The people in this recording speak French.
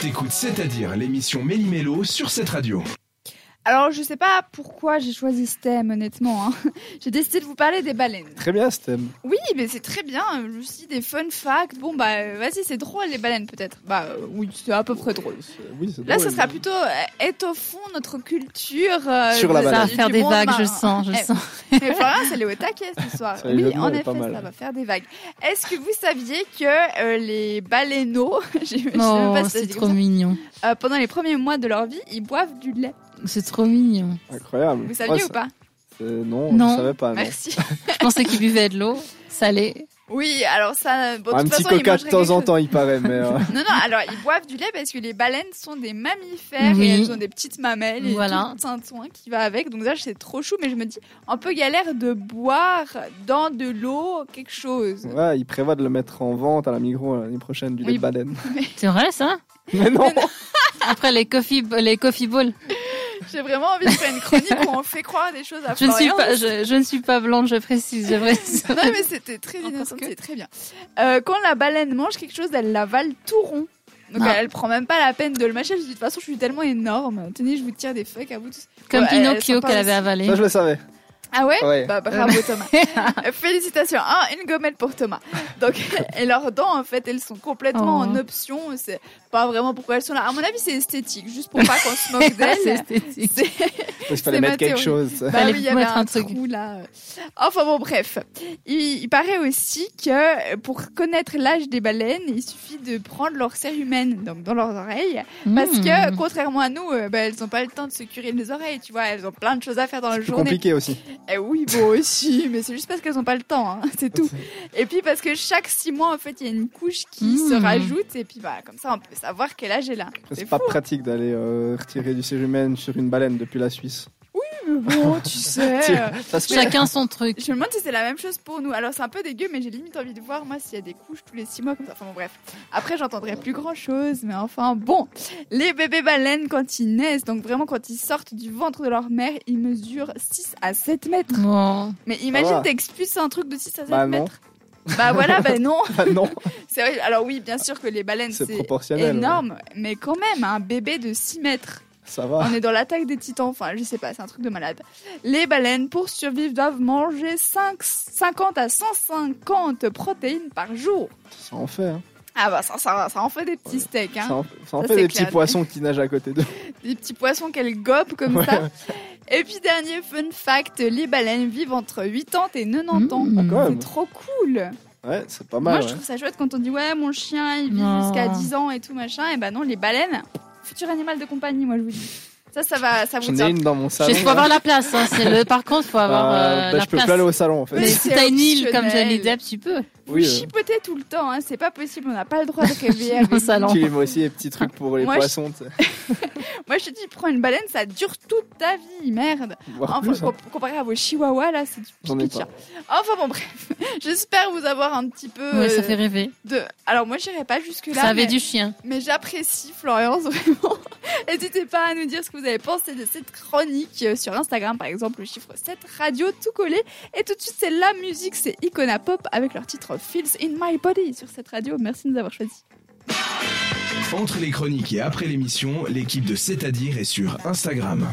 T'écoutes C'est-à-dire l'émission Méli-Mélo sur cette radio. Alors, je sais pas pourquoi j'ai choisi ce thème, honnêtement. hein. J'ai décidé de vous parler des baleines. Très bien ce thème. Oui, mais c'est très bien. euh, Je me suis dit des fun facts. Bon, bah, euh, vas-y, c'est drôle, les baleines, peut-être. Bah, euh, oui, c'est à peu près drôle. Euh, Oui, c'est Là, drôle. ça sera plutôt euh, étoffons notre culture. euh, Sur la des- Ça baleine. va du faire des monde vagues, je le marin. sens, je le Eh, sens. Mais Florian, c'est le taquet ce soir. Ça, le jeu Oui, de mots en est effet, pas mal. ça va faire des vagues. Est-ce que vous saviez que euh, les baleineaux, j'ai- je sais même Oh, pas si ça se c'est dit trop comme ça, mignon. euh, pendant les premiers mois de leur vie, ils boivent du lait. C'est trop mignon. Incroyable. Vous saviez Ouais, ou pas Bah, c'est- Non, Non. je savais pas. non. Merci. Je pensais qu'il buvait de l'eau salée. Oui, alors ça, bon, de Un toute petit façon, ils mangeraient coca de temps quelque en chose. temps, il paraît, mais euh, Non, non, alors ils boivent du lait parce que les baleines sont des mammifères Oui. et elles ont des petites mamelles et Voilà. tout un soin qui va avec. Donc ça, c'est trop chou, mais je me dis, un peu galère de boire dans de l'eau quelque chose. ouais, il prévoit de le mettre en vente à la Migros l'année prochaine du lait Oui. de baleine. C'est vrai, ça Mais non, Après, les coffee, les coffee balls. J'ai vraiment envie de faire une chronique où on fait croire des choses à Je ne suis Ah, Florian. pas, je, je ne suis pas blonde, je précise, je précise. Non, mais c'était très Encore innocent, que. c'est très bien. Euh, quand la baleine mange quelque chose, elle l'avale tout rond. Donc Ah. elle, elle prend même pas la peine de le mâcher. Je dis de toute façon, je suis tellement énorme. Tenez, je vous tire des fucks à vous tous. Comme Ouais, elles sont Pinocchio pas qu'elle avait aussi- avalé. ça je le savais. Ah ouais Ouais. Bah bravo Thomas. Euh, Félicitations. Ah, une gommette pour Thomas. Donc et leurs dents en fait, elles sont complètement Oh. en option. C'est pas vraiment pourquoi elles sont là. À mon avis, c'est esthétique, juste pour pas qu'on se moque d'elles. esthétique. C'est- Il C'est fallait ma mettre quelque théorie. chose. Bah Fallait oui, il y avait mettre un, un truc. trou là. Enfin bon, bref. Il, il paraît aussi que euh, pour connaître l'âge des baleines, il suffit de prendre leur serre humaine, donc dans leurs oreilles, parce que Hmm. contrairement à nous, euh, bah, elles n'ont pas le temps de se curer les oreilles, tu vois, elles ont plein de choses à faire dans la C'est journée. compliqué aussi. Eh oui, bon aussi, mais c'est juste parce qu'elles n'ont pas le temps, hein, c'est tout. Et puis parce que chaque six mois, en fait, il y a une couche qui Mmh. se rajoute, et puis bah comme ça, on peut savoir quel âge elle a. Hmm. C'est pas pratique d'aller euh, retirer du cérumen sur une baleine depuis la Suisse. Mais bon, tu sais. euh, Ça se fait. Chacun son truc. Je me demande si c'est la même chose pour nous. Alors c'est un peu dégueu, mais j'ai limite envie de voir moi s'il y a des couches tous les six mois comme ça. Enfin bon, bref. Après j'entendrai plus grand chose, mais enfin bon. Les bébés baleines quand ils naissent, donc vraiment quand ils sortent du ventre de leur mère, ils mesurent 6 à 7 mètres. Bon. Mais Ça imagine va. t'expulses un truc de 6 à 7 Bah non. mètres. Bah voilà, bah non. Ah non, C'est vrai. Alors oui, bien sûr que les baleines c'est c'est proportionnel. ouais. énorme, mais quand même un bébé de 6 mètres. Ça va. On est dans l'attaque des titans, enfin je sais pas, c'est un truc de malade. Les baleines, pour survivre, doivent manger 5, 50 à 150 protéines par jour. Ça en fait. hein. Ah bah ça, ça, ça en fait des petits steaks, Ça hein. en, ça en Ça, fait c'est des clair. petits poissons qui nagent à côté d'eux. des petits poissons qu'elles gobent comme ça. Et puis dernier fun fact, les baleines vivent entre 80 et 90 ans. Mmh. Ah, Quand C'est même. trop cool Ouais, c'est pas Moi mal. je Bah ouais. trouve ça chouette quand on dit ouais mon chien il vit Non. jusqu'à 10 ans et tout machin, et bah non les baleines, futur animal de compagnie moi je vous dis. Ça ça va, ça vous J'en tient. ai une dans mon salon. Il faut là. avoir la place. hein, c'est le... Par contre, faut avoir euh, Euh, bah, la je peux place. plus aller au salon en fait. Mais Oui, si c'est t'as une île comme optionnel. Johnny Depp, tu peux. Vous Oui, euh, chipotez tout le temps, hein, c'est pas possible, on n'a pas le droit de rêver avec Au salon. petit livre aussi, les petits trucs pour les Moi, je- poissons. tu sais. Moi je te dis, prends une baleine, ça dure toute ta vie, merde. Voire Enfin, plus. hein. com- comparé à vos chihuahuas là, c'est du J'en ai pipi de pas. chien. Enfin bon, bref, j'espère vous avoir un petit peu Ouais, euh, ça fait rêver. de. Alors moi j'irai pas jusque là, Ça avait mais, du chien. mais j'apprécie Florence vraiment. N'hésitez pas à nous dire ce que vous avez pensé de cette chronique euh, sur Instagram par exemple, le chiffre 7 radio tout collé. Et tout de suite, c'est la musique, c'est Icona Pop avec leur titre Feels in My Body sur cette radio. Merci de nous avoir choisis. Entre les chroniques et après l'émission, l'équipe de C'est-à-dire est sur Instagram.